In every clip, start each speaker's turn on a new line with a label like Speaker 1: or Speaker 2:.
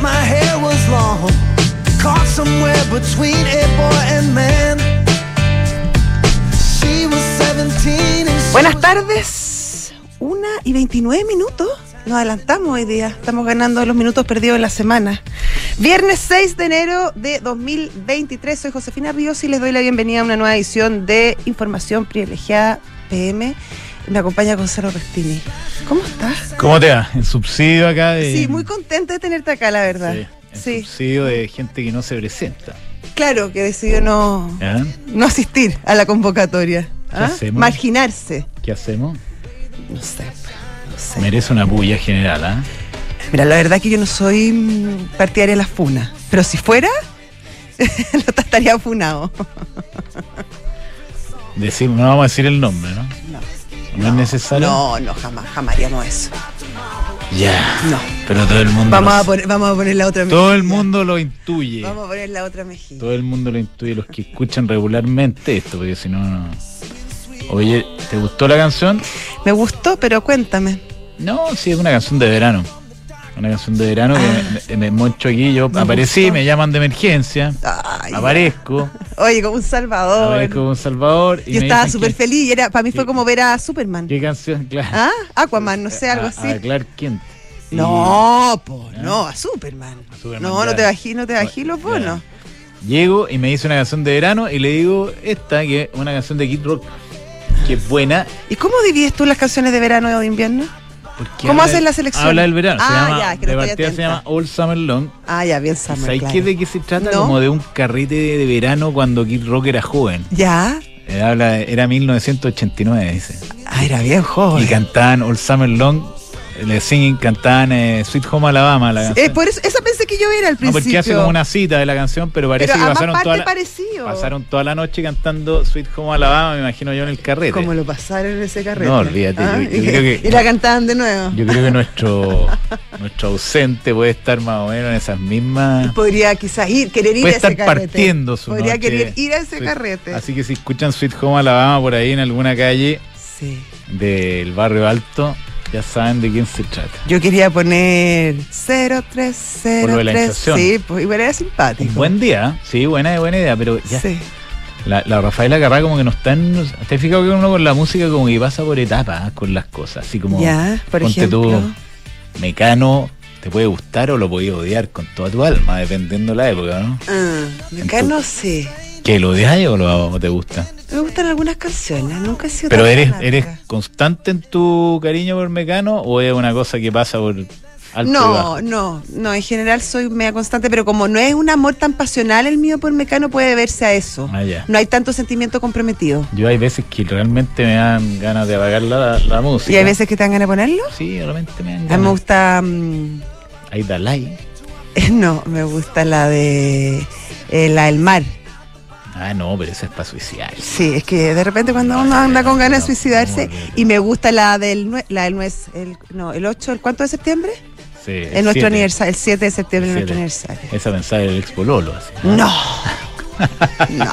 Speaker 1: my hair was long, caught somewhere between a boy and man. She was 17 and she
Speaker 2: Buenas
Speaker 1: was-
Speaker 2: tardes. Una y 29 minutos. Nos adelantamos hoy día. Estamos ganando los minutos perdidos en la semana. Viernes 6 de enero de 2023. Soy Josefina Ríos y les doy la bienvenida a una nueva edición de Información Privilegiada PM. Me acompaña Gonzalo Restini. ¿Cómo estás?
Speaker 3: ¿Cómo te va? En subsidio acá de.
Speaker 2: Sí, muy contenta de tenerte acá, la verdad.
Speaker 3: Sí, en
Speaker 2: Sí,
Speaker 3: subsidio de gente que no se presenta.
Speaker 2: claro que decidió no,
Speaker 3: ¿Ah?
Speaker 2: no asistir a la convocatoria. ¿ah?
Speaker 3: hacemos?
Speaker 2: Marginarse.
Speaker 3: ¿Qué hacemos?
Speaker 2: No sé. No sé.
Speaker 3: Merece una bulla general, ¿ah?
Speaker 2: Mira, la verdad es que yo no soy mm, partidaria de las funas, pero si fuera, no estaría funado.
Speaker 3: Decir- no vamos a decir el nombre, ¿no?
Speaker 2: No,
Speaker 3: No, es necesario.
Speaker 2: no, no, jamás, jamás haríamos eso.
Speaker 3: Ya.
Speaker 2: No.
Speaker 3: Pero todo el mundo.
Speaker 2: Vamos
Speaker 3: lo
Speaker 2: a,
Speaker 3: sabe.
Speaker 2: poner, vamos a poner la otra mejilla.
Speaker 3: Todo el mundo lo intuye.
Speaker 2: Vamos a poner la otra mejilla.
Speaker 3: Todo el mundo lo intuye, los que escuchan regularmente esto, porque si no, no. Oye, ¿te gustó la canción?
Speaker 2: Me gustó, pero cuéntame.
Speaker 3: No, sí, es una canción de verano. Una canción de verano que me, me mocho aquí, yo
Speaker 2: Ah. Me
Speaker 3: aparecí,
Speaker 2: gustó.
Speaker 3: me llaman de emergencia,
Speaker 2: Ay,
Speaker 3: aparezco.
Speaker 2: oye, como un salvador.
Speaker 3: Aparezco con Salvador. y
Speaker 2: yo
Speaker 3: me
Speaker 2: estaba
Speaker 3: dicen
Speaker 2: súper
Speaker 3: que-
Speaker 2: feliz y era, para mí fue
Speaker 3: ¿Qué-
Speaker 2: como ver a Superman.
Speaker 3: ¿Qué canción? Claro.
Speaker 2: ¿Ah? Aquaman, no sé, algo
Speaker 3: A-
Speaker 2: así.
Speaker 3: A Clark Kent. Y-
Speaker 2: no, po, no, a Superman.
Speaker 3: A Superman,
Speaker 2: no, no
Speaker 3: ya.
Speaker 2: te bají, no te bají los
Speaker 3: Ya.
Speaker 2: bonos.
Speaker 3: Llego y me dice una canción de verano y le digo esta, que es una canción de Kid Rock, que es buena.
Speaker 2: ¿Y cómo divides tú las canciones de verano o de invierno?
Speaker 3: Porque
Speaker 2: ¿Cómo
Speaker 3: habla-
Speaker 2: hacen la selección?
Speaker 3: Habla del verano. se
Speaker 2: Ah,
Speaker 3: llama,
Speaker 2: ya, que no
Speaker 3: de
Speaker 2: estoy
Speaker 3: partida se
Speaker 2: atenta.
Speaker 3: llama All Summer Long.
Speaker 2: Ah, ya, bien Summer,
Speaker 3: ¿Sabes
Speaker 2: claro.
Speaker 3: qué de qué se trata?
Speaker 2: No.
Speaker 3: Como de un carrete de, de verano cuando Kid Rock era joven.
Speaker 2: Ya.
Speaker 3: Eh, habla de- era 1989, dice.
Speaker 2: Ah, era bien
Speaker 3: Y
Speaker 2: joven.
Speaker 3: cantaban All Summer Long, le singen, cantaban eh, Sweet Home Alabama, la canción.
Speaker 2: Eh, por eso, esa pensé que yo era al
Speaker 3: No,
Speaker 2: principio.
Speaker 3: porque hace como una cita de la canción, pero parece
Speaker 2: Pero
Speaker 3: que
Speaker 2: además
Speaker 3: pasaron
Speaker 2: parte
Speaker 3: toda, la,
Speaker 2: parecido.
Speaker 3: pasaron toda la noche cantando Sweet Home Alabama, me imagino yo en el carrete.
Speaker 2: Como lo pasaron en ese carrete.
Speaker 3: No, olvídate,
Speaker 2: Ah,
Speaker 3: yo- yo
Speaker 2: y,
Speaker 3: creo que-
Speaker 2: y la cantaban de nuevo.
Speaker 3: Yo creo que nuestro nuestro ausente puede estar más o menos en esas
Speaker 2: Y
Speaker 3: mismas.
Speaker 2: Podría quizás ir, querer ir
Speaker 3: Puede
Speaker 2: a ese
Speaker 3: estar
Speaker 2: carrete.
Speaker 3: partiendo su
Speaker 2: Podría
Speaker 3: noche.
Speaker 2: querer ir a ese
Speaker 3: Sweet-
Speaker 2: carrete.
Speaker 3: Así que si escuchan Sweet Home Alabama por ahí en alguna calle
Speaker 2: Sí.
Speaker 3: del barrio alto, ya saben de quién se trata.
Speaker 2: Yo quería poner
Speaker 3: Por lo de la
Speaker 2: 0303.
Speaker 3: inflación.
Speaker 2: Sí, pues igual era simpático.
Speaker 3: Un buen día, ¿eh? sí, buena, buena idea, pero ya
Speaker 2: Sí.
Speaker 3: La, la Rafaela Carrá como que no está en... ¿Te has fijado que uno con la música como que pasa por etapas con las cosas? Así como,
Speaker 2: ya, por
Speaker 3: ponte tú,
Speaker 2: ejemplo.
Speaker 3: Mecano, te puede gustar o lo puedes odiar con toda tu alma, dependiendo la época, ¿no?
Speaker 2: Ah, acá
Speaker 3: En tu-
Speaker 2: no sé.
Speaker 3: ¿Que lo odias o lo o te gusta?
Speaker 2: Me gustan algunas canciones, nunca he sido
Speaker 3: Pero
Speaker 2: tan
Speaker 3: eres,
Speaker 2: fanática.
Speaker 3: ¿eres constante en tu cariño por Mecano o es una cosa que pasa por alto y
Speaker 2: No,
Speaker 3: bajo?
Speaker 2: no, no, en general soy media constante, pero como no es un amor tan pasional el mío por Mecano puede deberse a eso.
Speaker 3: Ah, ya.
Speaker 2: No hay tanto sentimiento comprometido.
Speaker 3: Yo hay veces que realmente me dan ganas de apagar la, la música.
Speaker 2: ¿Y hay veces que te dan ganas de ponerlo?
Speaker 3: Sí, realmente me dan
Speaker 2: A mí me
Speaker 3: ganas.
Speaker 2: gusta... mm,
Speaker 3: Ahí Dalai.
Speaker 2: no, me gusta la de... eh, la del mar.
Speaker 3: Ah, no, pero eso es para suicidarse.
Speaker 2: Sí, es que de repente cuando
Speaker 3: No,
Speaker 2: uno anda
Speaker 3: no,
Speaker 2: con ganas de
Speaker 3: no,
Speaker 2: suicidarse
Speaker 3: no, no.
Speaker 2: y me gusta la del, nue- la del nuez, el, no, el 8, ¿el cuánto de septiembre?
Speaker 3: Sí, el
Speaker 2: en nuestro
Speaker 3: siete.
Speaker 2: aniversario, el 7 de septiembre, en
Speaker 3: El
Speaker 2: nuestro
Speaker 3: siete. Eh,
Speaker 2: aniversario.
Speaker 3: Esa pensaba el ex pololo, así.
Speaker 2: No. No.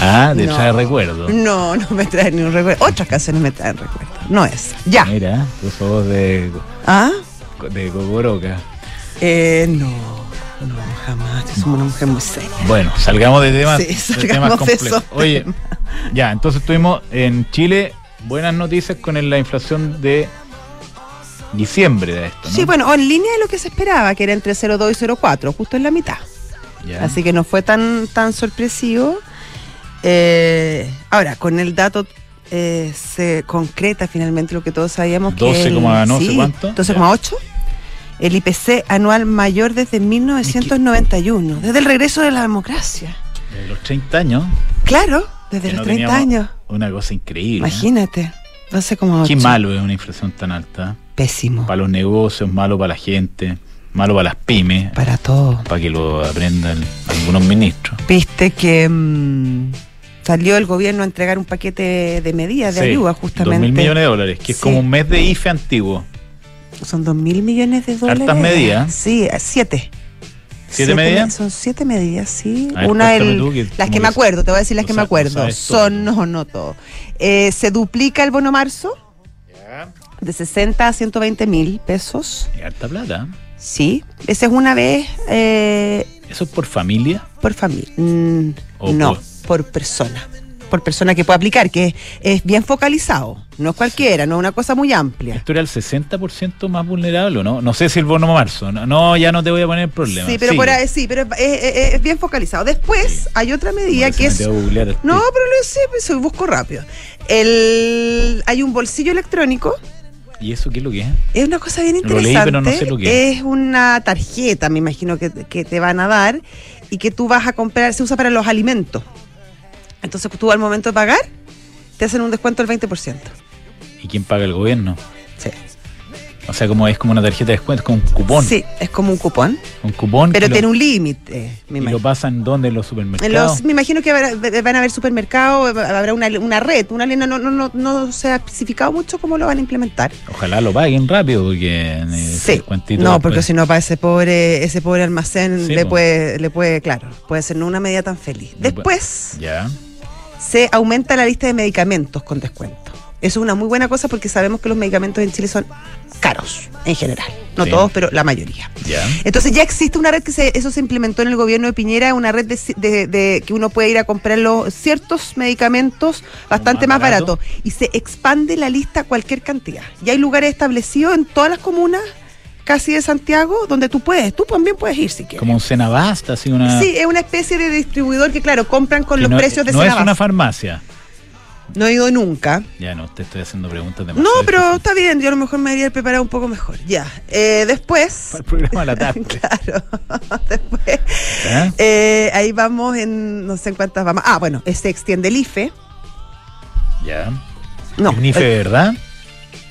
Speaker 3: Ah, te
Speaker 2: No.
Speaker 3: trae recuerdo.
Speaker 2: No, no me traen ni un recuerdo. Otras canciones me traen recuerdo. No es. Ya.
Speaker 3: Mira, tú sos de,
Speaker 2: ¿Ah?
Speaker 3: de Cocoroca.
Speaker 2: Eh, no. No, jamás. Yo soy una mujer muy seria.
Speaker 3: Bueno, salgamos de temas,
Speaker 2: Sí,
Speaker 3: de
Speaker 2: salgamos
Speaker 3: temas
Speaker 2: de
Speaker 3: complejos.
Speaker 2: esos
Speaker 3: Oye, ya, entonces tuvimos en Chile buenas noticias con el- la inflación de diciembre de esto, ¿no?
Speaker 2: Sí, bueno, en línea de lo que se esperaba, que era entre 0,2 y 0,4, justo en la mitad.
Speaker 3: Ya.
Speaker 2: Así que no fue tan, tan sorpresivo. Eh, ahora, con el dato eh, se concreta finalmente lo que todos sabíamos que...
Speaker 3: 12,9,
Speaker 2: el-
Speaker 3: no sé
Speaker 2: sí,
Speaker 3: cuánto.
Speaker 2: 12,8. El IPC anual mayor desde 1991, desde el regreso de la democracia.
Speaker 3: De los 30 años.
Speaker 2: Claro, desde
Speaker 3: que
Speaker 2: los
Speaker 3: no
Speaker 2: 30
Speaker 3: teníamos
Speaker 2: años.
Speaker 3: Una cosa increíble. ¿eh?
Speaker 2: Imagínate. No sé cómo.
Speaker 3: Qué malo es una inflación tan alta.
Speaker 2: Pésimo.
Speaker 3: Para los negocios, malo para la gente, malo para las pymes,
Speaker 2: Para todo.
Speaker 3: para que lo aprendan algunos ministros.
Speaker 2: Viste que mm, salió el gobierno a entregar un paquete de medidas de
Speaker 3: Sí,
Speaker 2: ayuda,
Speaker 3: Dos
Speaker 2: justamente.
Speaker 3: mil millones de dólares, que es
Speaker 2: Sí.
Speaker 3: como un mes de IFE antiguo.
Speaker 2: Son dos mil millones de dólares.
Speaker 3: Hartas medidas.
Speaker 2: Sí, eh, siete.
Speaker 3: ¿Siete
Speaker 2: me-
Speaker 3: medidas?
Speaker 2: Son siete medidas, sí.
Speaker 3: A ver,
Speaker 2: Una
Speaker 3: cuéntame
Speaker 2: el-
Speaker 3: tú, que
Speaker 2: las
Speaker 3: como
Speaker 2: que me
Speaker 3: que-
Speaker 2: acuerdo, te voy a decir las
Speaker 3: tú
Speaker 2: que me
Speaker 3: sabes- tú
Speaker 2: acuerdo.
Speaker 3: sabes todo,
Speaker 2: Son,
Speaker 3: tú.
Speaker 2: no, no todo. Eh, se duplica el bono marzo de 60 a 120 mil pesos.
Speaker 3: Es harta plata.
Speaker 2: Sí, esa es una vez eh,
Speaker 3: ¿Eso es por familia?
Speaker 2: por familia. Mm,
Speaker 3: O
Speaker 2: no,
Speaker 3: por-
Speaker 2: por persona. Por persona que pueda aplicar, que es bien focalizado. No es cualquiera, no es una cosa muy amplia.
Speaker 3: Esto era el 60% más vulnerable, ¿o ¿no? No sé si el bono marzo. No, no, ya no te voy a poner problema.
Speaker 2: Sí, pero,
Speaker 3: Sigue.
Speaker 2: por ahí- sí, pero es, es- es- es bien focalizado. Después hay otra medida
Speaker 3: Parece
Speaker 2: que es...
Speaker 3: me tengo que googlear el
Speaker 2: No,
Speaker 3: tip.
Speaker 2: pero lo sé, pues, soy- busco rápido. El, hay un bolsillo electrónico.
Speaker 3: ¿Y eso qué es lo que es?
Speaker 2: Es una cosa bien
Speaker 3: Lo
Speaker 2: interesante.
Speaker 3: leí, pero no sé lo que
Speaker 2: es. una tarjeta, me imagino, que, que te van a dar y que tú vas a comprar, se usa para los alimentos. Entonces tú al momento de pagar, te hacen un descuento del 20%.
Speaker 3: ¿Y quién paga el gobierno?
Speaker 2: Sí.
Speaker 3: O sea, como es como una tarjeta de descuento, es como un cupón.
Speaker 2: Sí, es como un cupón,
Speaker 3: Un cupón.
Speaker 2: pero
Speaker 3: que
Speaker 2: tiene
Speaker 3: lo,
Speaker 2: un límite, me
Speaker 3: y lo
Speaker 2: imagino.
Speaker 3: pasan donde en los
Speaker 2: En
Speaker 3: supermercados.
Speaker 2: los, me imagino que habrá- van a haber supermercados, habrá una, una red, una línea, no, no, no, no se ha especificado mucho cómo lo van a implementar.
Speaker 3: Ojalá lo paguen rápido, porque eh, ese
Speaker 2: Sí.
Speaker 3: descuentito
Speaker 2: No,
Speaker 3: después-
Speaker 2: porque si no para ese pobre, ese pobre almacén
Speaker 3: Sí,
Speaker 2: le
Speaker 3: po.
Speaker 2: puede, le puede, claro, puede ser no una medida tan feliz.
Speaker 3: No puede-
Speaker 2: Después
Speaker 3: Ya.
Speaker 2: se aumenta la lista de medicamentos con descuento. Eso es una muy buena cosa porque sabemos que los medicamentos en Chile son caros en general. No
Speaker 3: Sí.
Speaker 2: todos, pero la mayoría.
Speaker 3: Ya.
Speaker 2: Entonces ya existe una red que se, eso se implementó en el gobierno de Piñera, una red de, ci- de- de- que uno puede ir a comprar los ciertos medicamentos bastante
Speaker 3: Más
Speaker 2: más,
Speaker 3: barato.
Speaker 2: barato. y se expande la lista a cualquier cantidad. Ya hay lugares establecidos en todas las comunas, casi de Santiago, donde tú puedes, tú también puedes ir si quieres.
Speaker 3: Como un cenabasta, así una.
Speaker 2: Sí, es una especie de distribuidor que claro, compran con
Speaker 3: que
Speaker 2: los
Speaker 3: no-
Speaker 2: precios de
Speaker 3: No es
Speaker 2: Senabas.
Speaker 3: una farmacia.
Speaker 2: No he ido nunca.
Speaker 3: Ya no, te estoy haciendo preguntas de
Speaker 2: No, pero está bien, yo a lo mejor me iría preparado un poco mejor. Ya. Eh, después.
Speaker 3: Para el programa de la tarde.
Speaker 2: claro. después.
Speaker 3: ¿eh?
Speaker 2: Eh, ahí vamos en, no sé en cuántas vamos. Ah, bueno, eh, se extiende el IFE.
Speaker 3: Ya.
Speaker 2: No,
Speaker 3: Es un IFE,
Speaker 2: el-
Speaker 3: ¿verdad?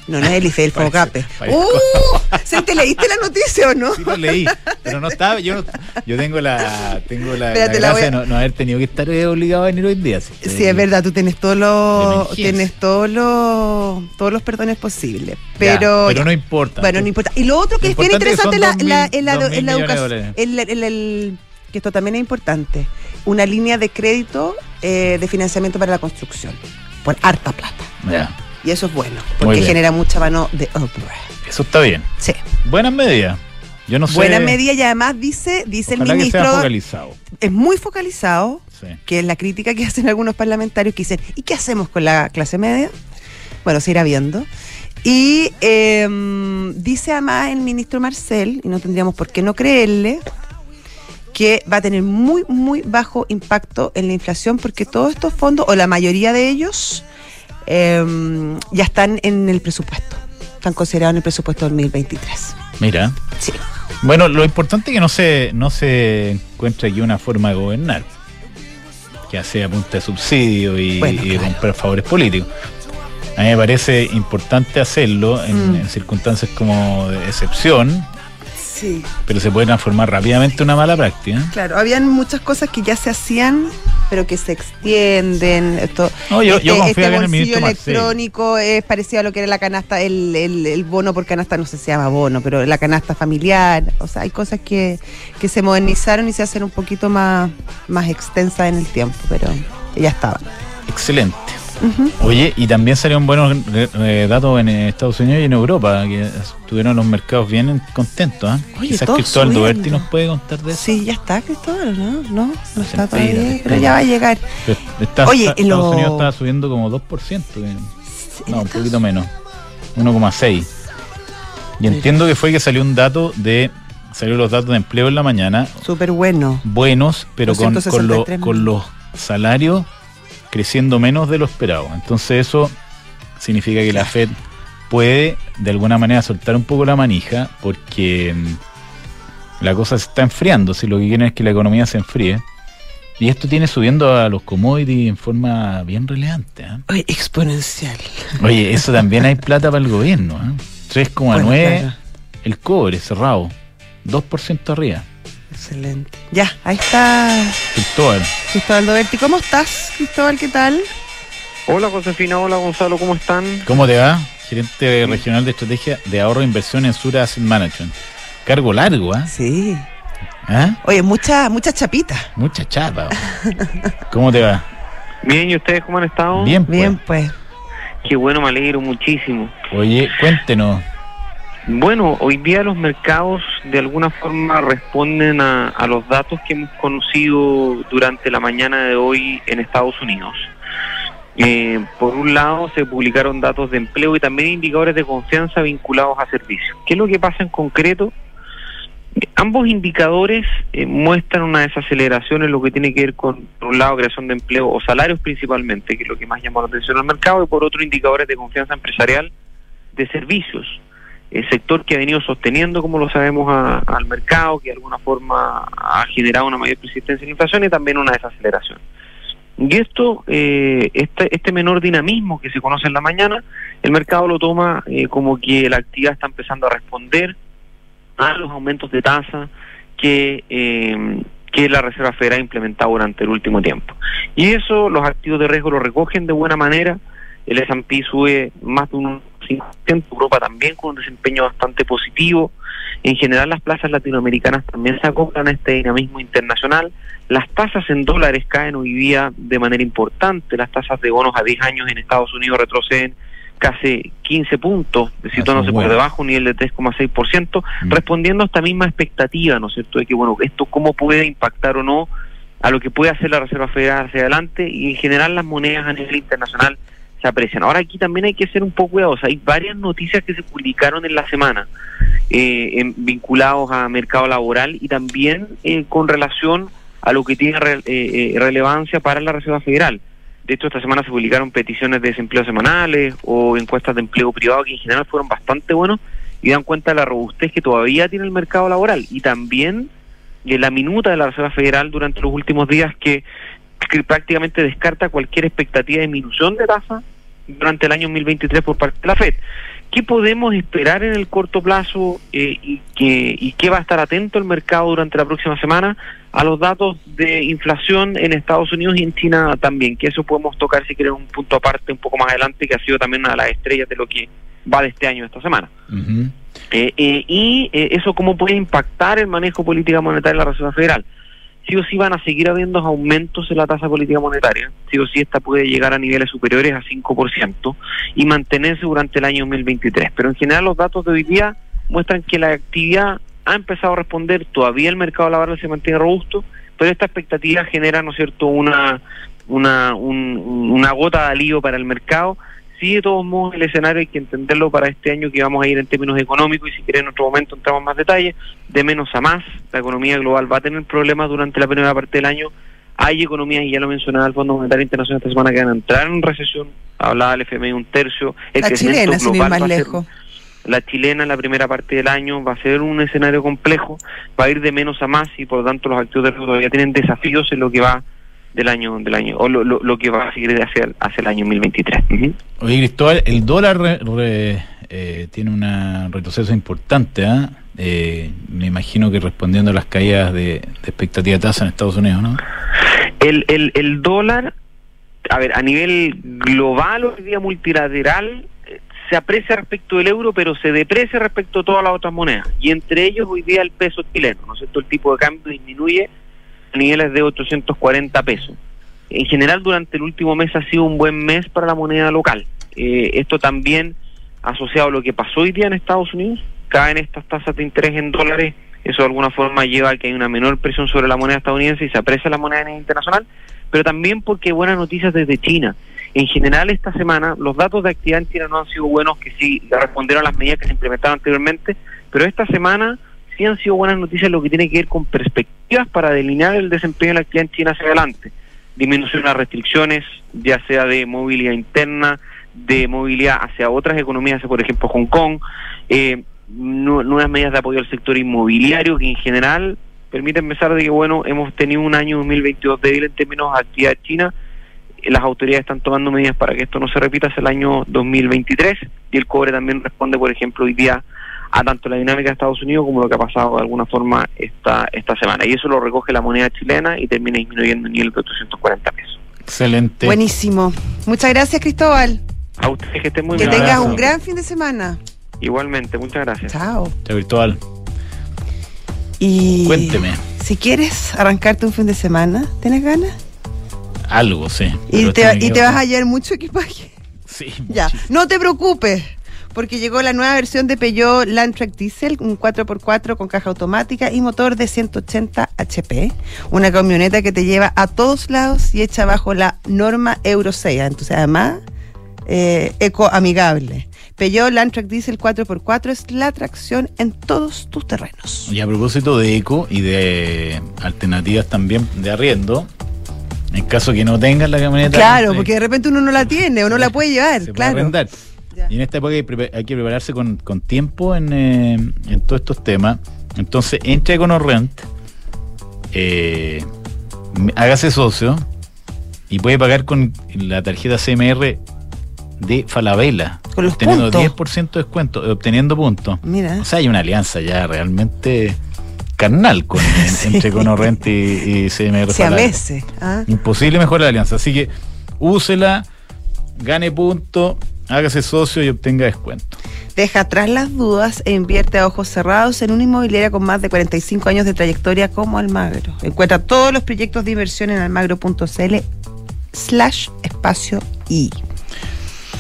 Speaker 2: no, no es el IFE, el
Speaker 3: Parece-
Speaker 2: FOCAPE.
Speaker 3: parece-
Speaker 2: ¡Uh! ¿Se te leíste la noticia o no?
Speaker 3: Sí lo leí, pero no estaba, yo no- yo tengo la tengo la,
Speaker 2: Espérate,
Speaker 3: la
Speaker 2: la
Speaker 3: gracia de
Speaker 2: voy a-
Speaker 3: no, no haber tenido que estar eh, obligado a venir hoy en día. así que-
Speaker 2: Sí, es verdad, tú tienes todos los
Speaker 3: emergencia.
Speaker 2: tienes todos los todos los perdones posibles,
Speaker 3: Ya,
Speaker 2: pero
Speaker 3: pero
Speaker 2: ya.
Speaker 3: no importa.
Speaker 2: Bueno, no importa. Y lo otro que
Speaker 3: Lo
Speaker 2: es bien
Speaker 3: importante
Speaker 2: interesante
Speaker 3: son
Speaker 2: la,
Speaker 3: dos
Speaker 2: la-
Speaker 3: mil-
Speaker 2: en la,
Speaker 3: dos mil
Speaker 2: en la
Speaker 3: millones de
Speaker 2: educación,
Speaker 3: dólares.
Speaker 2: el- el- el- que esto también es importante, una línea de crédito eh, de financiamiento para la construcción, por harta plata.
Speaker 3: Ya,
Speaker 2: Y eso es bueno,
Speaker 3: Muy
Speaker 2: porque
Speaker 3: bien.
Speaker 2: genera mucha mano de obra.
Speaker 3: eso está bien.
Speaker 2: Sí.
Speaker 3: Buenas medidas. Yo no sé.
Speaker 2: Buena medida y además dice, dice el
Speaker 3: ojalá que sea
Speaker 2: ministro,
Speaker 3: focalizado.
Speaker 2: es muy focalizado,
Speaker 3: Sí.
Speaker 2: que es la crítica que hacen algunos parlamentarios que dicen, ¿y qué hacemos con la clase media? Bueno, se irá viendo. Y em, dice además el ministro Marcel, y no tendríamos por qué no creerle, que va a tener muy, muy bajo impacto en la inflación porque todos estos fondos, o la mayoría de ellos, em, ya están en el presupuesto. Están considerados en el presupuesto 2023.
Speaker 3: Mira.
Speaker 2: Sí.
Speaker 3: Bueno, lo importante es que no se no se encuentre aquí una forma de gobernar. Que sea a punta de subsidio y,
Speaker 2: Bueno,
Speaker 3: y de
Speaker 2: claro.
Speaker 3: comprar favores políticos. A mí me parece importante hacerlo en,
Speaker 2: Mm.
Speaker 3: en circunstancias como de excepción,
Speaker 2: Sí.
Speaker 3: pero se puede transformar rápidamente en una mala práctica.
Speaker 2: Claro, habían muchas cosas que ya se hacían, pero que se extienden. Esto,
Speaker 3: No, yo- yo confío
Speaker 2: este
Speaker 3: en el
Speaker 2: bolsillo
Speaker 3: ministro Marcel.
Speaker 2: electrónico es parecido a lo que era la canasta, el, el- el bono por canasta, no sé si se llama bono, pero la canasta familiar. O sea, hay cosas que, que se modernizaron y se hacen un poquito más, más extensas en el tiempo, pero ya estaban.
Speaker 3: Excelente.
Speaker 2: Ujú.
Speaker 3: Oye, y también salieron buenos eh, eh, datos en eh, Estados Unidos y en Europa, que estuvieron los mercados bien contentos. ¿ah?
Speaker 2: Oye,
Speaker 3: Quizás
Speaker 2: todos
Speaker 3: Cristóbal
Speaker 2: subiendo.
Speaker 3: Duberti nos puede contar de
Speaker 2: Pues
Speaker 3: eso.
Speaker 2: Sí, ya está, Cristóbal, ¿no? No, no está
Speaker 3: Sentida,
Speaker 2: todavía,
Speaker 3: Cristóbal.
Speaker 2: pero ya va a llegar.
Speaker 3: Pero está-
Speaker 2: Oye,
Speaker 3: está-
Speaker 2: y lo-
Speaker 3: Estados Unidos estaba subiendo como 2%, que- no, un poquito menos, 1,6. Y
Speaker 2: Mira.
Speaker 3: entiendo que fue que salió un dato de, salió los datos de empleo en la mañana,
Speaker 2: Súper bueno.
Speaker 3: buenos, pero con, con, lo-
Speaker 2: 263
Speaker 3: con los salarios creciendo menos de lo esperado. Entonces eso significa que la Fed puede de alguna manera soltar un poco la manija porque mm, la cosa se está enfriando, si lo que quieren es que la economía se enfríe. Y esto tiene subiendo a los commodities en forma bien relevante. ¿ah?
Speaker 2: Oye, exponencial.
Speaker 3: Oye, eso también hay plata para el gobierno. ¿ah? 3,9
Speaker 2: Bueno, claro.
Speaker 3: el cobre cerrado, 2% arriba.
Speaker 2: Excelente. Ya, ahí está.
Speaker 3: Cristóbal,
Speaker 2: Cristóbal Doberti, ¿cómo estás? Cristóbal, ¿qué tal?
Speaker 4: Hola Josefina, hola Gonzalo, ¿cómo están?
Speaker 3: ¿Cómo te va? Gerente regional de estrategia de ahorro e inversión en Sura Asset Management. Cargo largo, ¿ah?
Speaker 2: Sí.
Speaker 3: ¿Ah?
Speaker 2: Oye, mucha, mucha chapita.
Speaker 3: Mucha chapa. ¿Cómo te va?
Speaker 4: Bien, ¿y ustedes cómo han estado?
Speaker 3: Bien, pues.
Speaker 2: Bien, pues.
Speaker 4: Qué bueno, me alegro muchísimo.
Speaker 3: Oye, cuéntenos.
Speaker 4: Bueno, hoy día los mercados de alguna forma responden a, a los datos que hemos conocido durante la mañana de hoy en Estados Unidos. Eh, por un lado, se publicaron datos de empleo y también indicadores de confianza vinculados a servicios. ¿Qué es lo que pasa en concreto? Eh, ambos indicadores eh, muestran una desaceleración en lo que tiene que ver con, por un lado, creación de empleo o salarios principalmente, que es lo que más llamó la atención al mercado, y por otro, indicadores de confianza empresarial de servicios. El sector que ha venido sosteniendo, como lo sabemos, a- al mercado, que de alguna forma ha generado una mayor persistencia en la inflación y también una desaceleración. Y esto, eh, este, este menor dinamismo que se conoce en la mañana, el mercado lo toma eh, como que la actividad está empezando a responder a los aumentos de tasa que, eh, que la Reserva Federal ha implementado durante el último tiempo. Y eso los activos de riesgo lo recogen de buena manera, el S&P sube más de un 5%, Europa también con un desempeño bastante positivo, en general las plazas latinoamericanas también se acoplan a este dinamismo internacional, las tasas en dólares caen hoy día de manera importante. Las tasas de bonos a 10 años en Estados Unidos retroceden casi 15 puntos, situándose por
Speaker 3: bueno.
Speaker 4: debajo, un nivel de 3,6%,
Speaker 3: Mm.
Speaker 4: respondiendo a esta misma expectativa, ¿no es cierto?, de que, bueno, esto cómo puede impactar o no a lo que puede hacer la Reserva Federal hacia adelante y en general las monedas a nivel internacional se aprecian. Ahora aquí también hay que ser un poco cuidadosos. Hay varias noticias que se publicaron en la semana eh, en- vinculados a mercado laboral y también eh, con relación a lo que tiene re- eh, eh, relevancia para la Reserva Federal. De hecho, esta semana se publicaron peticiones de desempleo semanales o encuestas de empleo privado que en general fueron bastante buenos y dan cuenta de la robustez que todavía tiene el mercado laboral y también de la minuta de la Reserva Federal durante los últimos días que, que prácticamente descarta cualquier expectativa de disminución de tasa durante el año 2023 por parte de la FED. ¿Qué podemos esperar en el corto plazo eh, y, que, y qué va a estar atento el mercado durante la próxima semana? A los datos de inflación en Estados Unidos y en China también, que eso podemos tocar si quieren un punto aparte un poco más adelante, que ha sido también una de las estrellas de lo que va de este año, esta semana.
Speaker 3: Ujú.
Speaker 4: Eh, eh, y eh, eso cómo puede impactar el manejo de política monetaria de la Reserva Federal. Sí o sí van a seguir habiendo aumentos en la tasa de política monetaria, sí o sí esta puede llegar a niveles superiores a 5% y mantenerse durante el año 2023. Pero en general los datos de hoy día muestran que la actividad ha empezado a responder, todavía el mercado laboral se mantiene robusto, pero esta expectativa genera, ¿no es cierto?, una, una, un- un- una gota de alivio para el mercado Sí, de todos modos, el escenario hay que entenderlo para este año que vamos a ir en términos económicos y si quieren en otro momento entramos en más detalle, de menos a más, la economía global va a tener problemas durante la primera parte del año. Hay economías, y ya lo mencionaba el Fondo Monetario Internacional esta semana, que van a entrar en recesión, hablaba el FMI un tercio, el
Speaker 2: La
Speaker 4: crecimiento
Speaker 2: chilena, sin ir
Speaker 4: global
Speaker 2: más
Speaker 4: va a ser-
Speaker 2: lejos.
Speaker 4: la chilena en la primera parte del año va a ser un escenario complejo, va a ir de menos a más y por lo tanto los activos de riesgo todavía tienen desafíos en lo que va del año del año o lo, lo- lo que va a seguir hacia el, hacia el año 2023. Ujú.
Speaker 3: Oye, Cristóbal, el dólar re- re- eh, tiene un retroceso importante, ¿ah? Eh, me imagino que respondiendo a las caídas de, de expectativa de tasa en Estados Unidos, ¿no?
Speaker 4: El, el, el dólar, a ver, a nivel global hoy día multilateral, eh, se aprecia respecto del euro, pero se deprecia respecto a todas las otras monedas. Y entre ellos hoy día el peso chileno, ¿no es cierto? El tipo de cambio disminuye a niveles de 840 pesos. En general, durante el último mes ha sido un buen mes para la moneda local. Eh, esto también asociado a lo que pasó hoy día en Estados Unidos, caen estas tasas de interés en dólares, eso de alguna forma lleva a que hay una menor presión sobre la moneda estadounidense y se aprecia la moneda internacional, pero también porque hay buenas noticias desde China. En general, esta semana los datos de actividad en China no han sido buenos, que sí respondieron a las medidas que se implementaron anteriormente, pero esta semana sí han sido buenas noticias lo que tiene que ver con perspectivas para delinear el desempeño de la actividad en China hacia adelante. Disminución de las restricciones, ya sea de movilidad interna, de movilidad hacia otras economías, hacia, por ejemplo Hong Kong, eh, nu- nuevas medidas de apoyo al sector inmobiliario que en general permiten pensar de que bueno hemos tenido un año 2022 débil en términos de actividad china Eh, las autoridades están tomando medidas para que esto no se repita hacia el año 2023 y el cobre también responde por ejemplo hoy día a tanto la dinámica de Estados Unidos como lo que ha pasado de alguna forma esta esta semana y eso lo recoge la moneda chilena y termina disminuyendo en nivel de 840 pesos
Speaker 3: Excelente.
Speaker 2: Buenísimo. Muchas gracias, Cristóbal.
Speaker 4: a ustedes que estén muy
Speaker 2: que
Speaker 3: un
Speaker 4: bien
Speaker 2: tengas
Speaker 3: abrazo.
Speaker 2: un gran fin de semana.
Speaker 4: igualmente muchas gracias
Speaker 2: Chao.
Speaker 3: Chao, Cristóbal.
Speaker 2: Y
Speaker 3: Cuénteme
Speaker 2: si quieres arrancarte un fin de semana, ¿tienes ganas?
Speaker 3: algo, sí.
Speaker 2: Y
Speaker 3: Pero
Speaker 2: te,
Speaker 3: tiene
Speaker 2: y
Speaker 3: que-
Speaker 2: te vas a llevar mucho equipaje.
Speaker 3: Sí,
Speaker 2: Ya,
Speaker 3: muchísimo.
Speaker 2: no te preocupes, porque llegó la nueva versión de Peugeot Landtrek Diesel, un 4x4 con caja automática y motor de 180 HP. Una camioneta que te lleva a todos lados y hecha bajo la norma Euro 6. Entonces, además, eh, ecoamigable. Peugeot Landtrek Diesel 4x4 es la tracción en todos tus terrenos.
Speaker 3: Y a propósito de eco y de alternativas también de arriendo, en caso que no tengas la camioneta.
Speaker 2: Claro,
Speaker 3: eh,
Speaker 2: porque de repente uno no la tiene o no la puede llevar,
Speaker 3: se puede
Speaker 2: claro.
Speaker 3: arrendar.
Speaker 2: Ya.
Speaker 3: Y en esta época hay, prepa- hay que prepararse con, con tiempo en, eh, en todos estos temas. Entonces, entre con Rent, eh, m- hágase socio y puede pagar con la tarjeta CMR de Falabella,
Speaker 2: Con los
Speaker 3: obteniendo
Speaker 2: puntos.
Speaker 3: 10% de descuento, eh, obteniendo puntos.
Speaker 2: Mira.
Speaker 3: O sea, hay una alianza ya realmente carnal con, en-
Speaker 2: Sí.
Speaker 3: entre Conorrent y, y CMR
Speaker 2: Sí, a
Speaker 3: Falabella.
Speaker 2: veces. ¿ah?
Speaker 3: Imposible mejorar la alianza. Así que úsela, gane punto, hágase socio y obtenga descuento.
Speaker 2: Deja atrás las dudas e invierte a ojos cerrados en una inmobiliaria con más de 45 años de trayectoria como Almagro. Encuentra todos los proyectos de inversión en almagro.cl slash espacio I.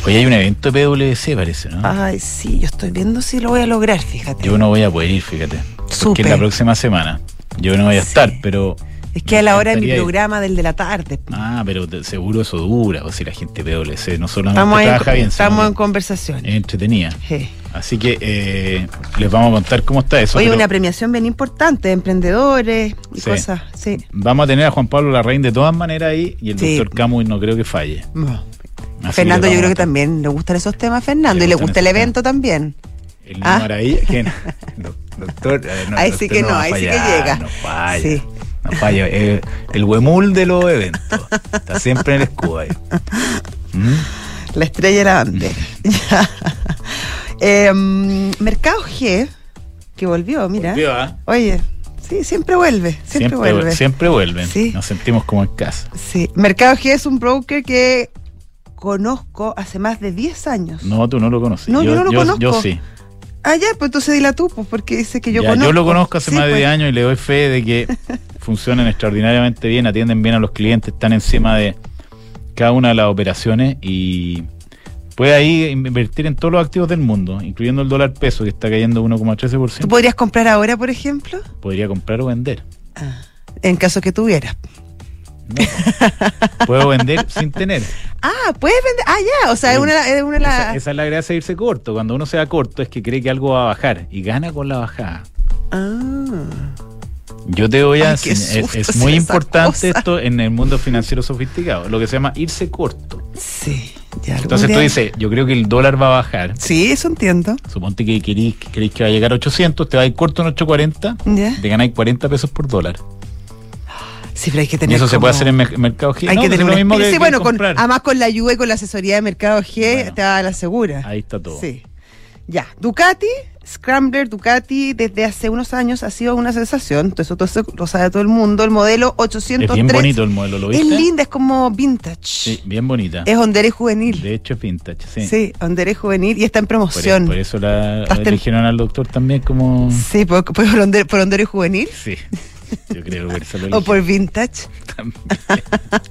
Speaker 3: Hoy hay un evento de PwC, parece, ¿no?
Speaker 2: Ay, sí, yo estoy viendo si lo voy a lograr, fíjate.
Speaker 3: Ah. Yo no voy a poder ir, fíjate. Que
Speaker 2: Supe.
Speaker 3: es la próxima semana. Yo no voy a
Speaker 2: Sí.
Speaker 3: estar, pero.
Speaker 2: Es que a la hora de mi
Speaker 3: Estaría ahí.
Speaker 2: programa del de la tarde.
Speaker 3: Ah, pero te- seguro eso dura. O si la gente de PwC no solamente
Speaker 2: Estamos,
Speaker 3: trabaja
Speaker 2: en,
Speaker 3: bien, Eh, sino
Speaker 2: estamos en
Speaker 3: que
Speaker 2: conversación.
Speaker 3: es entretenida.
Speaker 2: Sí.
Speaker 3: Así que eh, les vamos a contar cómo está eso.
Speaker 2: Oye,
Speaker 3: pero
Speaker 2: una premiación bien importante de emprendedores y
Speaker 3: Sí.
Speaker 2: cosas. Sí.
Speaker 3: Vamos a tener a Juan Pablo Larraín de todas maneras ahí y el
Speaker 2: Sí.
Speaker 3: doctor Camus no creo que falle.
Speaker 2: No.
Speaker 3: Ah, Así que
Speaker 2: Fernando,
Speaker 3: vamos
Speaker 2: yo
Speaker 3: a
Speaker 2: creo que
Speaker 3: estar-
Speaker 2: también le gustan esos temas, Fernando,
Speaker 3: Le
Speaker 2: y le
Speaker 3: gustan
Speaker 2: gusta el
Speaker 3: esos temas.
Speaker 2: evento también.
Speaker 3: El
Speaker 2: Ah.
Speaker 3: número ahí, ¿quién? Doc- Doctor, eh, no,
Speaker 2: Ahí
Speaker 3: doctor
Speaker 2: sí que no,
Speaker 3: va a
Speaker 2: ahí sí que
Speaker 3: fallar,
Speaker 2: llega.
Speaker 3: No falla.
Speaker 2: Sí.
Speaker 3: No falla. eh, el huemul de los eventos. Está siempre en el escudo ahí. ¿Mm?
Speaker 2: La estrella de la bandera. Ya. Eh, mm, Mercado G, que volvió, mira.
Speaker 3: Volvió, ¿ah?
Speaker 2: Oye, sí, siempre vuelve, siempre,
Speaker 3: Siempre,
Speaker 2: vuelve.
Speaker 3: siempre vuelven.
Speaker 2: Sí.
Speaker 3: Nos sentimos como en casa.
Speaker 2: Sí. Mercado G es un broker que conozco hace más de 10 años.
Speaker 3: No, tú no lo conoces.
Speaker 2: No, yo no lo
Speaker 3: Yo
Speaker 2: conozco.
Speaker 3: sí.
Speaker 2: Ah, ya, pues entonces dila tú, pues, porque dice que yo
Speaker 3: Ya,
Speaker 2: conozco.
Speaker 3: yo lo conozco hace
Speaker 2: Sí,
Speaker 3: más de
Speaker 2: pues.
Speaker 3: 10 años y le doy fe de que funcionan extraordinariamente bien, atienden bien a los clientes, están encima de cada una de las operaciones y puede ahí invertir en todos los activos del mundo, incluyendo el dólar peso que está cayendo 1,13%.
Speaker 2: ¿Tú podrías comprar ahora, por ejemplo?
Speaker 3: Podría comprar o vender.
Speaker 2: Ah, en caso que tuvieras.
Speaker 3: No. Puedo vender sin tener.
Speaker 2: Ah, puedes vender. Ah, ya, o sea, es una, es una de las-
Speaker 3: Esa, esa es la gracia de irse corto. Cuando uno se da corto es que cree que algo va a bajar y gana con la bajada.
Speaker 2: Ah.
Speaker 3: Yo te voy a
Speaker 2: Ay, qué
Speaker 3: enseñar-
Speaker 2: susto
Speaker 3: Es, es
Speaker 2: hacer
Speaker 3: muy
Speaker 2: esa
Speaker 3: importante
Speaker 2: cosa.
Speaker 3: esto en el mundo financiero sofisticado, lo que se llama irse corto.
Speaker 2: Sí, ya. algún
Speaker 3: Entonces tú
Speaker 2: día-
Speaker 3: dices, yo creo que el dólar va a bajar.
Speaker 2: Sí, eso entiendo.
Speaker 3: Suponte que querís, que querís que va a llegar a 800, te va a ir corto en 840,
Speaker 2: Ya.
Speaker 3: te ganáis 40 pesos por dólar.
Speaker 2: Sí, pero hay que
Speaker 3: Y
Speaker 2: tener.
Speaker 3: eso se
Speaker 2: como-
Speaker 3: puede hacer en mer- mercado G.
Speaker 2: Hay
Speaker 3: No,
Speaker 2: que
Speaker 3: pues
Speaker 2: tener
Speaker 3: es
Speaker 2: una
Speaker 3: lo mismo que,
Speaker 2: experiencia.
Speaker 3: que
Speaker 2: bueno, con-
Speaker 3: comprar.
Speaker 2: además con la ayuda y con la asesoría de Mercado G
Speaker 3: Bueno.
Speaker 2: te va a la segura.
Speaker 3: Ahí está todo.
Speaker 2: Sí. Ya. Ducati, Scrambler Ducati, desde hace unos años ha sido una sensación. Entonces, todo eso lo sabe todo el mundo. El modelo 803.
Speaker 3: Es bien bonito el modelo, ¿lo
Speaker 2: Es
Speaker 3: viste?
Speaker 2: linda, es como vintage.
Speaker 3: Sí, bien bonita.
Speaker 2: Es hondera y juvenil.
Speaker 3: De hecho es vintage, sí.
Speaker 2: Sí, hondera y juvenil y está en
Speaker 3: por, e-
Speaker 2: promoción.
Speaker 3: por eso la
Speaker 2: Hasta el-
Speaker 3: eligieron al doctor también como...
Speaker 2: Sí, por, por, hondera, por hondera y juvenil.
Speaker 3: Sí, yo creo que por eso lo
Speaker 2: O por vintage.
Speaker 3: eligieron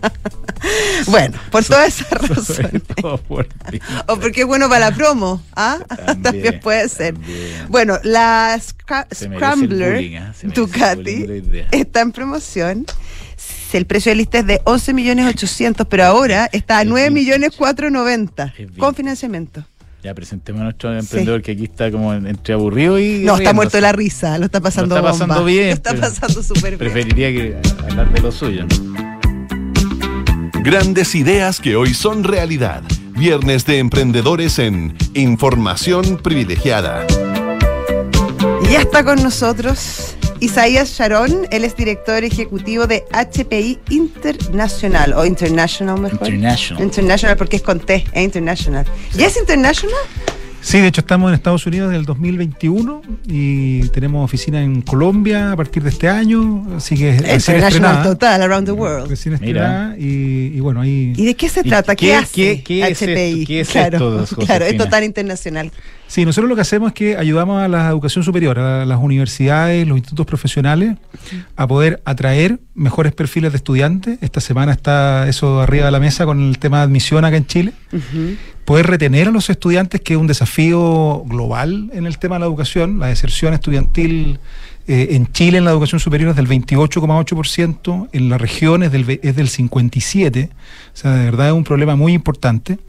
Speaker 2: Bueno, por todas esas
Speaker 3: también.
Speaker 2: razones.
Speaker 3: Sobre todo por vintage.
Speaker 2: O porque es bueno para la promo, ¿ah? También,
Speaker 3: También,
Speaker 2: puede ser.
Speaker 3: también.
Speaker 2: Bueno, la Scra-
Speaker 3: Se merece el
Speaker 2: Scrambler
Speaker 3: bullying, ¿ah? Se merece el
Speaker 2: Ducati
Speaker 3: bullying de idea.
Speaker 2: está en promoción. S- El precio de lista es de 11 millones 800, pero ahora está a
Speaker 3: Es
Speaker 2: 9
Speaker 3: vintage.
Speaker 2: millones 490
Speaker 3: Es vintage.
Speaker 2: con financiamiento.
Speaker 3: Ya presentemos a nuestro emprendedor que aquí está como en- entre aburrido
Speaker 2: No,
Speaker 3: y...
Speaker 2: está
Speaker 3: riéndose.
Speaker 2: muerto de la risa, lo está pasando
Speaker 3: está
Speaker 2: bomba.
Speaker 3: pasando bien,
Speaker 2: Lo está
Speaker 3: pero-
Speaker 2: pasando súper bien.
Speaker 3: Preferiría que hablar de lo suyo.
Speaker 5: Grandes ideas que hoy son realidad. Viernes de emprendedores en Información Privilegiada.
Speaker 2: Y Ya está con nosotros Isaías Sharon, él es director ejecutivo de HPI Internacional, o International mejor.
Speaker 3: International.
Speaker 2: International porque es con T, es International. ¿Ya es International?
Speaker 6: Sí, de hecho estamos en Estados Unidos desde el 2021 y tenemos oficina en Colombia a partir de este año, así que recién
Speaker 2: International
Speaker 6: estrenada,
Speaker 2: total, around the world.
Speaker 6: Recién
Speaker 3: Mira.
Speaker 6: estrenada y, y bueno, ahí...
Speaker 2: ¿Y de qué se
Speaker 3: ¿Y
Speaker 2: trata? ¿Qué,
Speaker 3: qué-
Speaker 2: hace
Speaker 3: qué- qué es
Speaker 2: HPI?
Speaker 3: esto? ¿Qué es
Speaker 2: claro,
Speaker 3: esto,
Speaker 2: claro, es
Speaker 3: Josefina?
Speaker 2: total internacional.
Speaker 6: Sí, nosotros lo que hacemos es que ayudamos a la educación superior, a las universidades, los institutos profesionales, a poder atraer mejores perfiles de estudiantes. Esta semana está eso arriba de la mesa con el tema de admisión acá en Chile. poder retener a los estudiantes, que es un desafío global en el tema de la educación. La deserción estudiantil eh, en Chile en la educación superior es del 28,8%, en las regiones del ve- es del 57%, o sea, de verdad es un problema muy importante.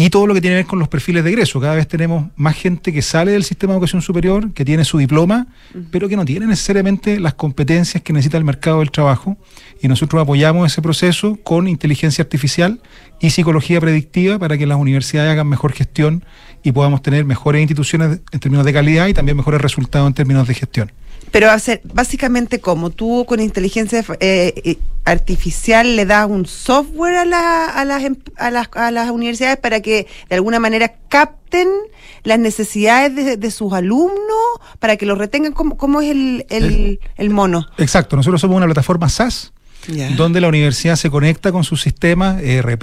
Speaker 6: Y todo lo que tiene que ver con los perfiles de egreso. Cada vez tenemos más gente que sale del sistema de educación superior, que tiene su diploma, pero que no tiene necesariamente las competencias que necesita el mercado del trabajo. Y nosotros apoyamos ese proceso con inteligencia artificial y psicología predictiva para que las universidades hagan mejor gestión y podamos tener mejores instituciones en términos de calidad y también mejores resultados en términos de gestión.
Speaker 2: Pero va a ser básicamente como tú con inteligencia eh, eh, artificial le das un software a, la- a, las, em- a, las, a las universidades para que de alguna manera capten las necesidades de, de sus alumnos para que los retengan. ¿Cómo, cómo es el, el, el mono?
Speaker 6: Exacto, nosotros somos una plataforma SaaS donde la universidad se conecta con sus sistemas, ERP,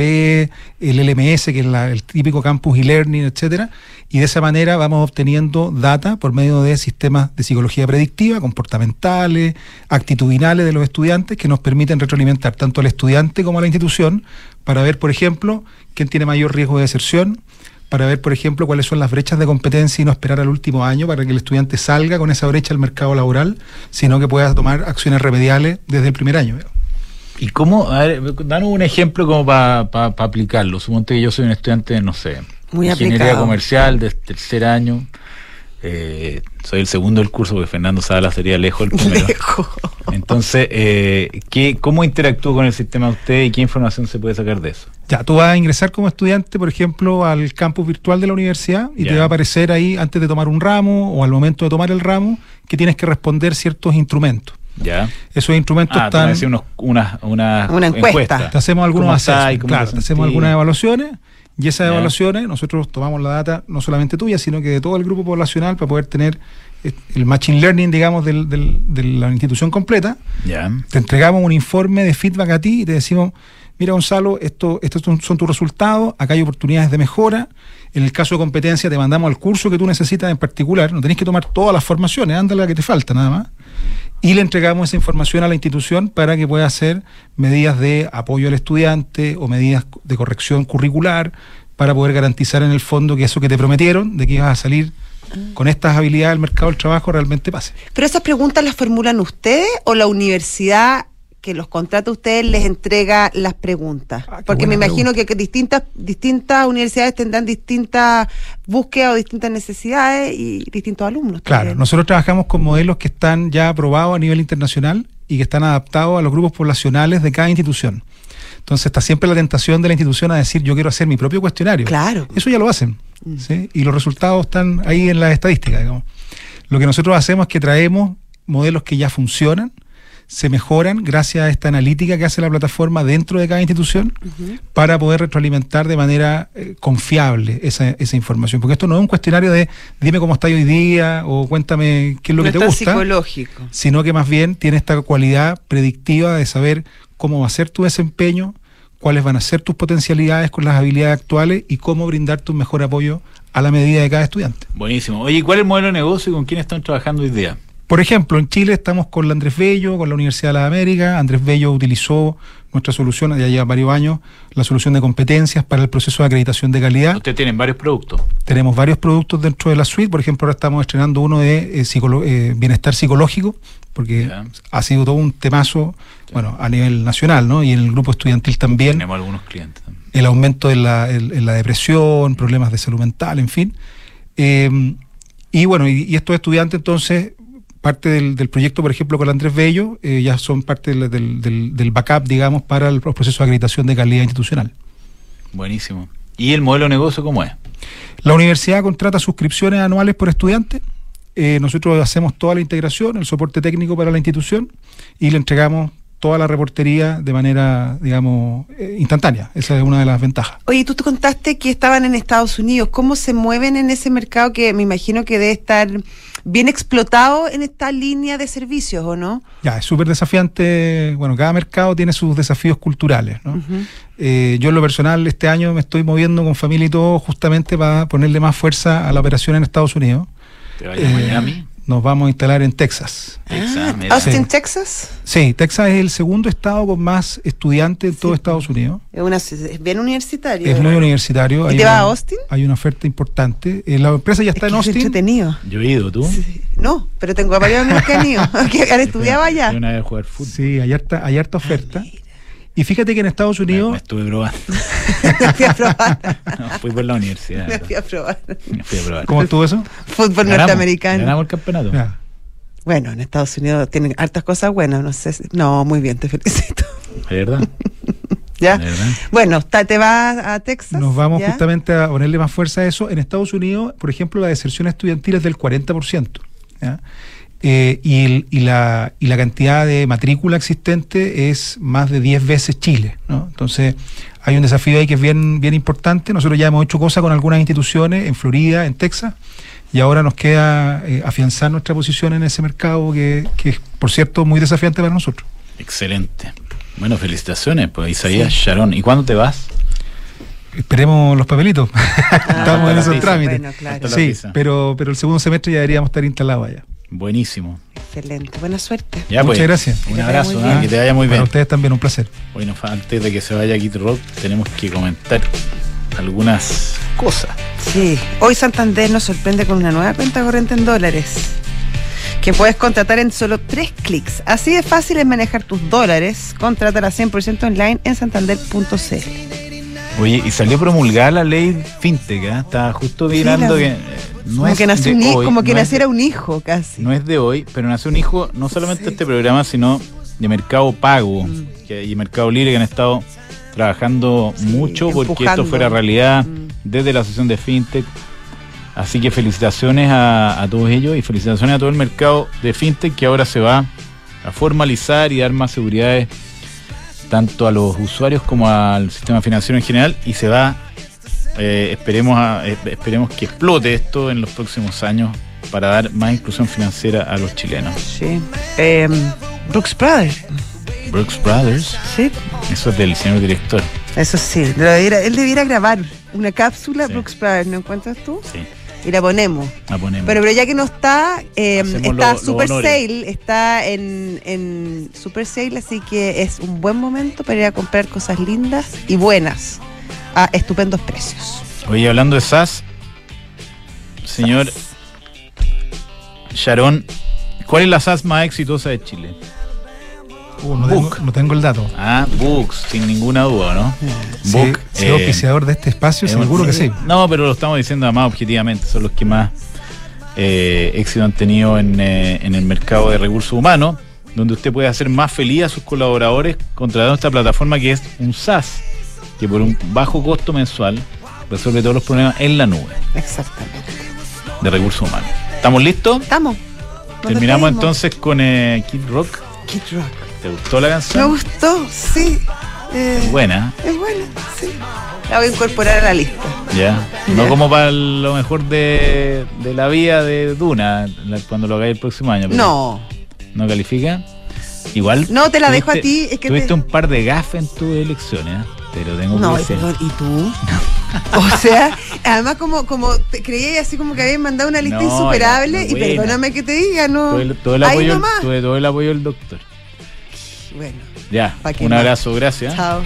Speaker 6: el LMS, que es la- el típico campus e-learning, etcétera, y de esa manera vamos obteniendo data por medio de sistemas de psicología predictiva, comportamentales, actitudinales de los estudiantes, que nos permiten retroalimentar tanto al estudiante como a la institución para ver, por ejemplo, quién tiene mayor riesgo de deserción, para ver, por ejemplo, cuáles son las brechas de competencia y no esperar al último año para que el estudiante salga con esa brecha al mercado laboral, sino que pueda tomar acciones remediales desde el primer año.
Speaker 3: ¿Y cómo? A ver, danos un ejemplo como para aplicarlo. Suponte que yo soy un estudiante, no sé,
Speaker 2: Muy
Speaker 3: ingeniería
Speaker 2: aplicado.
Speaker 3: comercial de tercer año. Eh, soy el segundo del curso porque Fernando Sala sería lejos el primero.
Speaker 2: Lejos.
Speaker 3: Entonces, eh, ¿qué, ¿cómo interactúo con el sistema usted y qué información se puede sacar de eso?
Speaker 6: Ya, tú vas a ingresar como estudiante, por ejemplo, al campus virtual de la universidad y
Speaker 3: Ya.
Speaker 6: te va a aparecer ahí antes de tomar un ramo o al momento de tomar el ramo que tienes que responder ciertos instrumentos.
Speaker 3: ¿Ya?
Speaker 6: Esos instrumentos
Speaker 3: Ah, tú me
Speaker 6: están...
Speaker 3: decías unos- unas, unas
Speaker 2: Una encuesta.
Speaker 6: Te hacemos algunos
Speaker 3: ¿Cómo está y
Speaker 6: assessment,
Speaker 3: cómo
Speaker 6: claro,
Speaker 3: te
Speaker 6: te hacemos
Speaker 3: sentí?
Speaker 6: algunas evaluaciones y esas
Speaker 3: Ya.
Speaker 6: evaluaciones nosotros tomamos la data no solamente tuya, sino que de todo el grupo poblacional para poder tener eh, el machine learning, digamos, del- del- de la institución completa
Speaker 3: Ya.
Speaker 6: te entregamos un informe de feedback a ti y te decimos, mira Gonzalo, esto, estos son, son tus resultados, acá hay oportunidades de mejora. En el caso de competencia te mandamos al curso que tú necesitas en particular, no tenés que tomar todas las formaciones, anda la que te falta nada más. Y le entregamos esa información a la institución para que pueda hacer medidas de apoyo al estudiante o medidas de corrección curricular para poder garantizar en el fondo que eso que te prometieron, de que ibas a salir con estas habilidades al mercado del trabajo, realmente pase.
Speaker 2: ¿Pero esas preguntas las formulan ustedes o la universidad que los contrata a ustedes les entrega las preguntas?
Speaker 6: Ah, qué
Speaker 2: Porque me
Speaker 6: buena
Speaker 2: imagino
Speaker 6: pregunta.
Speaker 2: que, que distintas, distintas universidades tendrán distintas búsquedas o distintas necesidades y distintos alumnos.
Speaker 6: Claro,
Speaker 2: también.
Speaker 6: nosotros trabajamos con modelos que están ya aprobados a nivel internacional y que están adaptados a los grupos poblacionales de cada institución. Entonces está siempre la tentación de la institución a decir yo quiero hacer mi propio cuestionario.
Speaker 2: Claro.
Speaker 6: Eso ya lo hacen.
Speaker 2: Mm.
Speaker 6: ¿sí? Y los resultados están ahí en las estadísticas, digamos. Lo que nosotros hacemos es que traemos modelos que ya funcionan, se mejoran gracias a esta analítica que hace la plataforma dentro de cada institución para poder retroalimentar de manera eh, confiable esa, esa información. Porque esto no es un cuestionario de dime cómo estás hoy día o cuéntame qué es lo
Speaker 2: No
Speaker 6: que te
Speaker 2: es tan
Speaker 6: gusta
Speaker 2: psicológico.
Speaker 6: sino que más bien tiene esta cualidad predictiva de saber cómo va a ser tu desempeño, cuáles van a ser tus potencialidades con las habilidades actuales y cómo brindarte un mejor apoyo a la medida de cada estudiante.
Speaker 3: Buenísimo. Oye, ¿y ¿cuál es el modelo de negocio y con quién están trabajando hoy día?
Speaker 6: Por ejemplo, en Chile estamos con la Andrés Bello, con la Universidad de las Américas. Andrés Bello utilizó nuestra solución, ya lleva varios años, la solución de competencias para el proceso de acreditación de calidad.
Speaker 3: Ustedes tienen varios productos.
Speaker 6: Tenemos varios productos dentro de la suite, por ejemplo, ahora estamos estrenando uno de eh, psicolo- eh, bienestar psicológico, porque
Speaker 3: Ya.
Speaker 6: ha sido todo un temazo, bueno, a nivel nacional, ¿no? Y en el grupo estudiantil también,
Speaker 3: Tenemos algunos clientes también.
Speaker 6: el aumento de la, el- en la depresión, problemas de salud mental, en fin. Eh, y bueno, y, y estos estudiantes entonces, parte del, del proyecto, por ejemplo, con Andrés Bello, eh, ya son parte del, del- del- del backup, digamos, para el proceso de acreditación de calidad institucional.
Speaker 3: Buenísimo. ¿Y el modelo de negocio cómo es?
Speaker 6: La universidad contrata suscripciones anuales por estudiante. Eh, nosotros hacemos toda la integración, el soporte técnico para la institución y le entregamos toda la reportería de manera, digamos, eh, instantánea. Esa es una de las ventajas.
Speaker 2: Oye, tú te contaste que estaban en Estados Unidos. ¿Cómo se mueven en ese mercado que me imagino que debe estar bien explotado en esta línea de servicios, o no?
Speaker 6: Ya, es súper desafiante. Bueno, cada mercado tiene sus desafíos culturales. ¿no? Eh, yo en lo personal este año me estoy moviendo con familia y todo justamente para ponerle más fuerza a la operación en Estados Unidos.
Speaker 3: ¿Te
Speaker 6: Eh,
Speaker 3: vayas a Miami?
Speaker 6: Nos vamos a instalar en Texas.
Speaker 2: Ah,
Speaker 3: Texas, mira.
Speaker 2: Austin,
Speaker 6: Sí.
Speaker 2: Texas.
Speaker 6: Sí, Texas es el segundo estado con más estudiantes en todo
Speaker 2: Sí.
Speaker 6: Estados Unidos.
Speaker 2: Es, una, es bien universitario.
Speaker 6: Es muy universitario.
Speaker 2: ¿Y
Speaker 6: hay
Speaker 2: te vas
Speaker 6: una-
Speaker 2: a Austin?
Speaker 6: Hay una oferta importante. Eh, la empresa ya
Speaker 2: Es
Speaker 6: está
Speaker 2: que
Speaker 6: en
Speaker 2: es
Speaker 6: Austin.
Speaker 2: entretenido.
Speaker 3: Yo he ido, ¿tú?
Speaker 2: Sí. No, pero tengo a varios amigos que han ido, que han estudiado
Speaker 3: Yo-
Speaker 2: allá.
Speaker 3: Yo una vez jugar fútbol.
Speaker 6: Sí, hay harta, hay harta
Speaker 2: Ah,
Speaker 6: oferta. Y fíjate que en Estados
Speaker 3: Me, me
Speaker 6: Unidos
Speaker 3: estuve probando.
Speaker 2: Me fui a probar.
Speaker 3: No, fui por la universidad.
Speaker 2: Me fui a probar.
Speaker 3: Me fui a probar.
Speaker 6: ¿Cómo estuvo eso?
Speaker 2: Fútbol
Speaker 3: Ganamos,
Speaker 2: norteamericano.
Speaker 3: Ganamos el campeonato.
Speaker 6: Ya.
Speaker 2: Bueno, en Estados Unidos tienen hartas cosas buenas, no sé. si- No, muy bien, te felicito.
Speaker 3: ¿De verdad?
Speaker 2: ¿Ya?
Speaker 3: ¿De verdad?
Speaker 2: Bueno, ta- te vas a Texas.
Speaker 6: Nos vamos
Speaker 2: ¿ya?
Speaker 6: justamente a ponerle más fuerza a eso. En Estados Unidos, por ejemplo, la deserción estudiantil es del 40%. ¿ya? Eh, y, el- y la, y la cantidad de matrícula existente es más de 10 veces Chile. ¿no? Entonces, hay un desafío ahí que es bien, bien importante. Nosotros ya hemos hecho cosas con algunas instituciones en Florida, en Texas, y ahora nos queda eh, afianzar nuestra posición en ese mercado que, que es, por cierto, muy desafiante para nosotros.
Speaker 3: Excelente. Bueno, felicitaciones, pues Isaías Sharon. ¿Y cuándo te vas?
Speaker 6: Esperemos los papelitos. Estamos en
Speaker 3: la
Speaker 6: esos
Speaker 3: visa.
Speaker 6: trámites.
Speaker 2: Ah, Bueno, claro.
Speaker 3: Hasta la
Speaker 6: Sí,
Speaker 3: visa.
Speaker 6: pero, pero el segundo semestre ya deberíamos estar instalados allá.
Speaker 3: Buenísimo.
Speaker 2: Excelente. Buena suerte.
Speaker 3: Ya,
Speaker 6: Muchas
Speaker 3: pues,
Speaker 6: gracias.
Speaker 3: Un
Speaker 2: Que te vaya
Speaker 3: abrazo,
Speaker 2: muy
Speaker 3: ¿ah?
Speaker 2: bien.
Speaker 3: que te vaya muy
Speaker 6: Para
Speaker 3: bien.
Speaker 6: ustedes también un placer.
Speaker 3: Bueno, fa- antes de que se vaya Kid Rock, tenemos que comentar algunas cosas.
Speaker 2: Sí, hoy Santander nos sorprende con una nueva cuenta corriente en dólares que puedes contratar en solo tres clics. Así de fácil es manejar tus dólares. Contrátala 100% online en santander.cl.
Speaker 3: Oye, y salió promulgada la ley fintech, ¿ah? Estaba justo mirando
Speaker 2: la-
Speaker 3: que eh, no
Speaker 2: como
Speaker 3: es
Speaker 2: que, nació
Speaker 3: de
Speaker 2: un hi-
Speaker 3: hoy,
Speaker 2: como que
Speaker 3: no es-
Speaker 2: naciera un hijo casi.
Speaker 3: No es de hoy, pero nació un hijo no solamente de
Speaker 2: Sí. Mm.
Speaker 3: este programa, sino de Mercado Pago que- y Mercado Libre que han estado trabajando
Speaker 2: Sí,
Speaker 3: mucho porque
Speaker 2: empujando.
Speaker 3: esto fuera realidad
Speaker 2: Mm.
Speaker 3: desde la Asociación de FinTech. Así que felicitaciones a, a todos ellos y felicitaciones a todo el mercado de FinTech que ahora se va a formalizar y dar más seguridades tanto a los usuarios como al sistema financiero en general y se va eh, esperemos, a- eh, esperemos que explote esto en los próximos años para dar más inclusión financiera a los chilenos.
Speaker 2: Sí. Eh, Brooks Brothers,
Speaker 3: Brooks Brothers,
Speaker 2: sí.
Speaker 3: eso es del señor director.
Speaker 2: Eso sí, debiera- él debiera grabar una cápsula
Speaker 3: Sí.
Speaker 2: Brooks Brothers, ¿no encuentras tú?
Speaker 3: Sí,
Speaker 2: Y la ponemos.
Speaker 3: la ponemos.
Speaker 2: Pero, pero ya que no está, eh,
Speaker 3: Hacemos
Speaker 2: está
Speaker 3: lo- los
Speaker 2: Super
Speaker 3: honores.
Speaker 2: Sale, está en, en Super Sale, así que es un buen momento para ir a comprar cosas lindas y buenas a estupendos precios.
Speaker 3: Oye, hablando de SAS, señor Sharon, ¿cuál es la SAS más exitosa de Chile?
Speaker 6: Uh, no, tengo,
Speaker 3: Book.
Speaker 6: no tengo el dato.
Speaker 3: Ah, Books, sin ninguna duda, ¿no?
Speaker 6: Si
Speaker 3: Book,
Speaker 6: si
Speaker 3: eh,
Speaker 6: es auspiciador de este espacio,
Speaker 3: es
Speaker 6: seguro
Speaker 3: un-
Speaker 6: que sí.
Speaker 3: No, pero lo estamos diciendo más objetivamente, son los que más eh, éxito han tenido en, eh, en el mercado de recursos humanos, donde usted puede hacer más feliz a sus colaboradores contratando esta plataforma que es un SaaS, que por un bajo costo mensual resuelve todos los problemas en la nube
Speaker 2: Exactamente.
Speaker 3: de recursos humanos. ¿Estamos listos?
Speaker 2: Estamos. Nos despedimos.
Speaker 3: Terminamos entonces con eh, Kid Rock.
Speaker 2: Kid Rock.
Speaker 3: ¿Te gustó la
Speaker 2: Me
Speaker 3: canción?
Speaker 2: gustó, sí. Eh,
Speaker 3: Buena,
Speaker 2: Es buena, sí. La voy a incorporar a la lista.
Speaker 3: ya. No
Speaker 2: Ya.
Speaker 3: como para lo mejor de, de la vía de Duna, la- cuando lo hagáis el próximo año. pero-
Speaker 2: No,
Speaker 3: no califica. Igual.
Speaker 2: No, te la dejo a
Speaker 3: tuviste-
Speaker 2: ti, es que
Speaker 3: tuviste
Speaker 2: te-
Speaker 3: un par de gafas en tus elecciones, ¿eh? te lo tengo
Speaker 2: no,
Speaker 3: que decir.
Speaker 2: perdón, ¿y tú? O sea, además como como te creía así como que habías mandado una lista
Speaker 3: No,
Speaker 2: insuperable
Speaker 3: era
Speaker 2: y
Speaker 3: muy buena.
Speaker 2: perdóname que te diga, no.
Speaker 3: Todo el, todo el
Speaker 2: Ahí
Speaker 3: apoyo,
Speaker 2: nomás.
Speaker 3: tuve todo el apoyo del doctor.
Speaker 2: Bueno,
Speaker 3: Ya,
Speaker 2: Pa' que
Speaker 3: un
Speaker 2: no.
Speaker 3: abrazo, gracias.
Speaker 2: chao.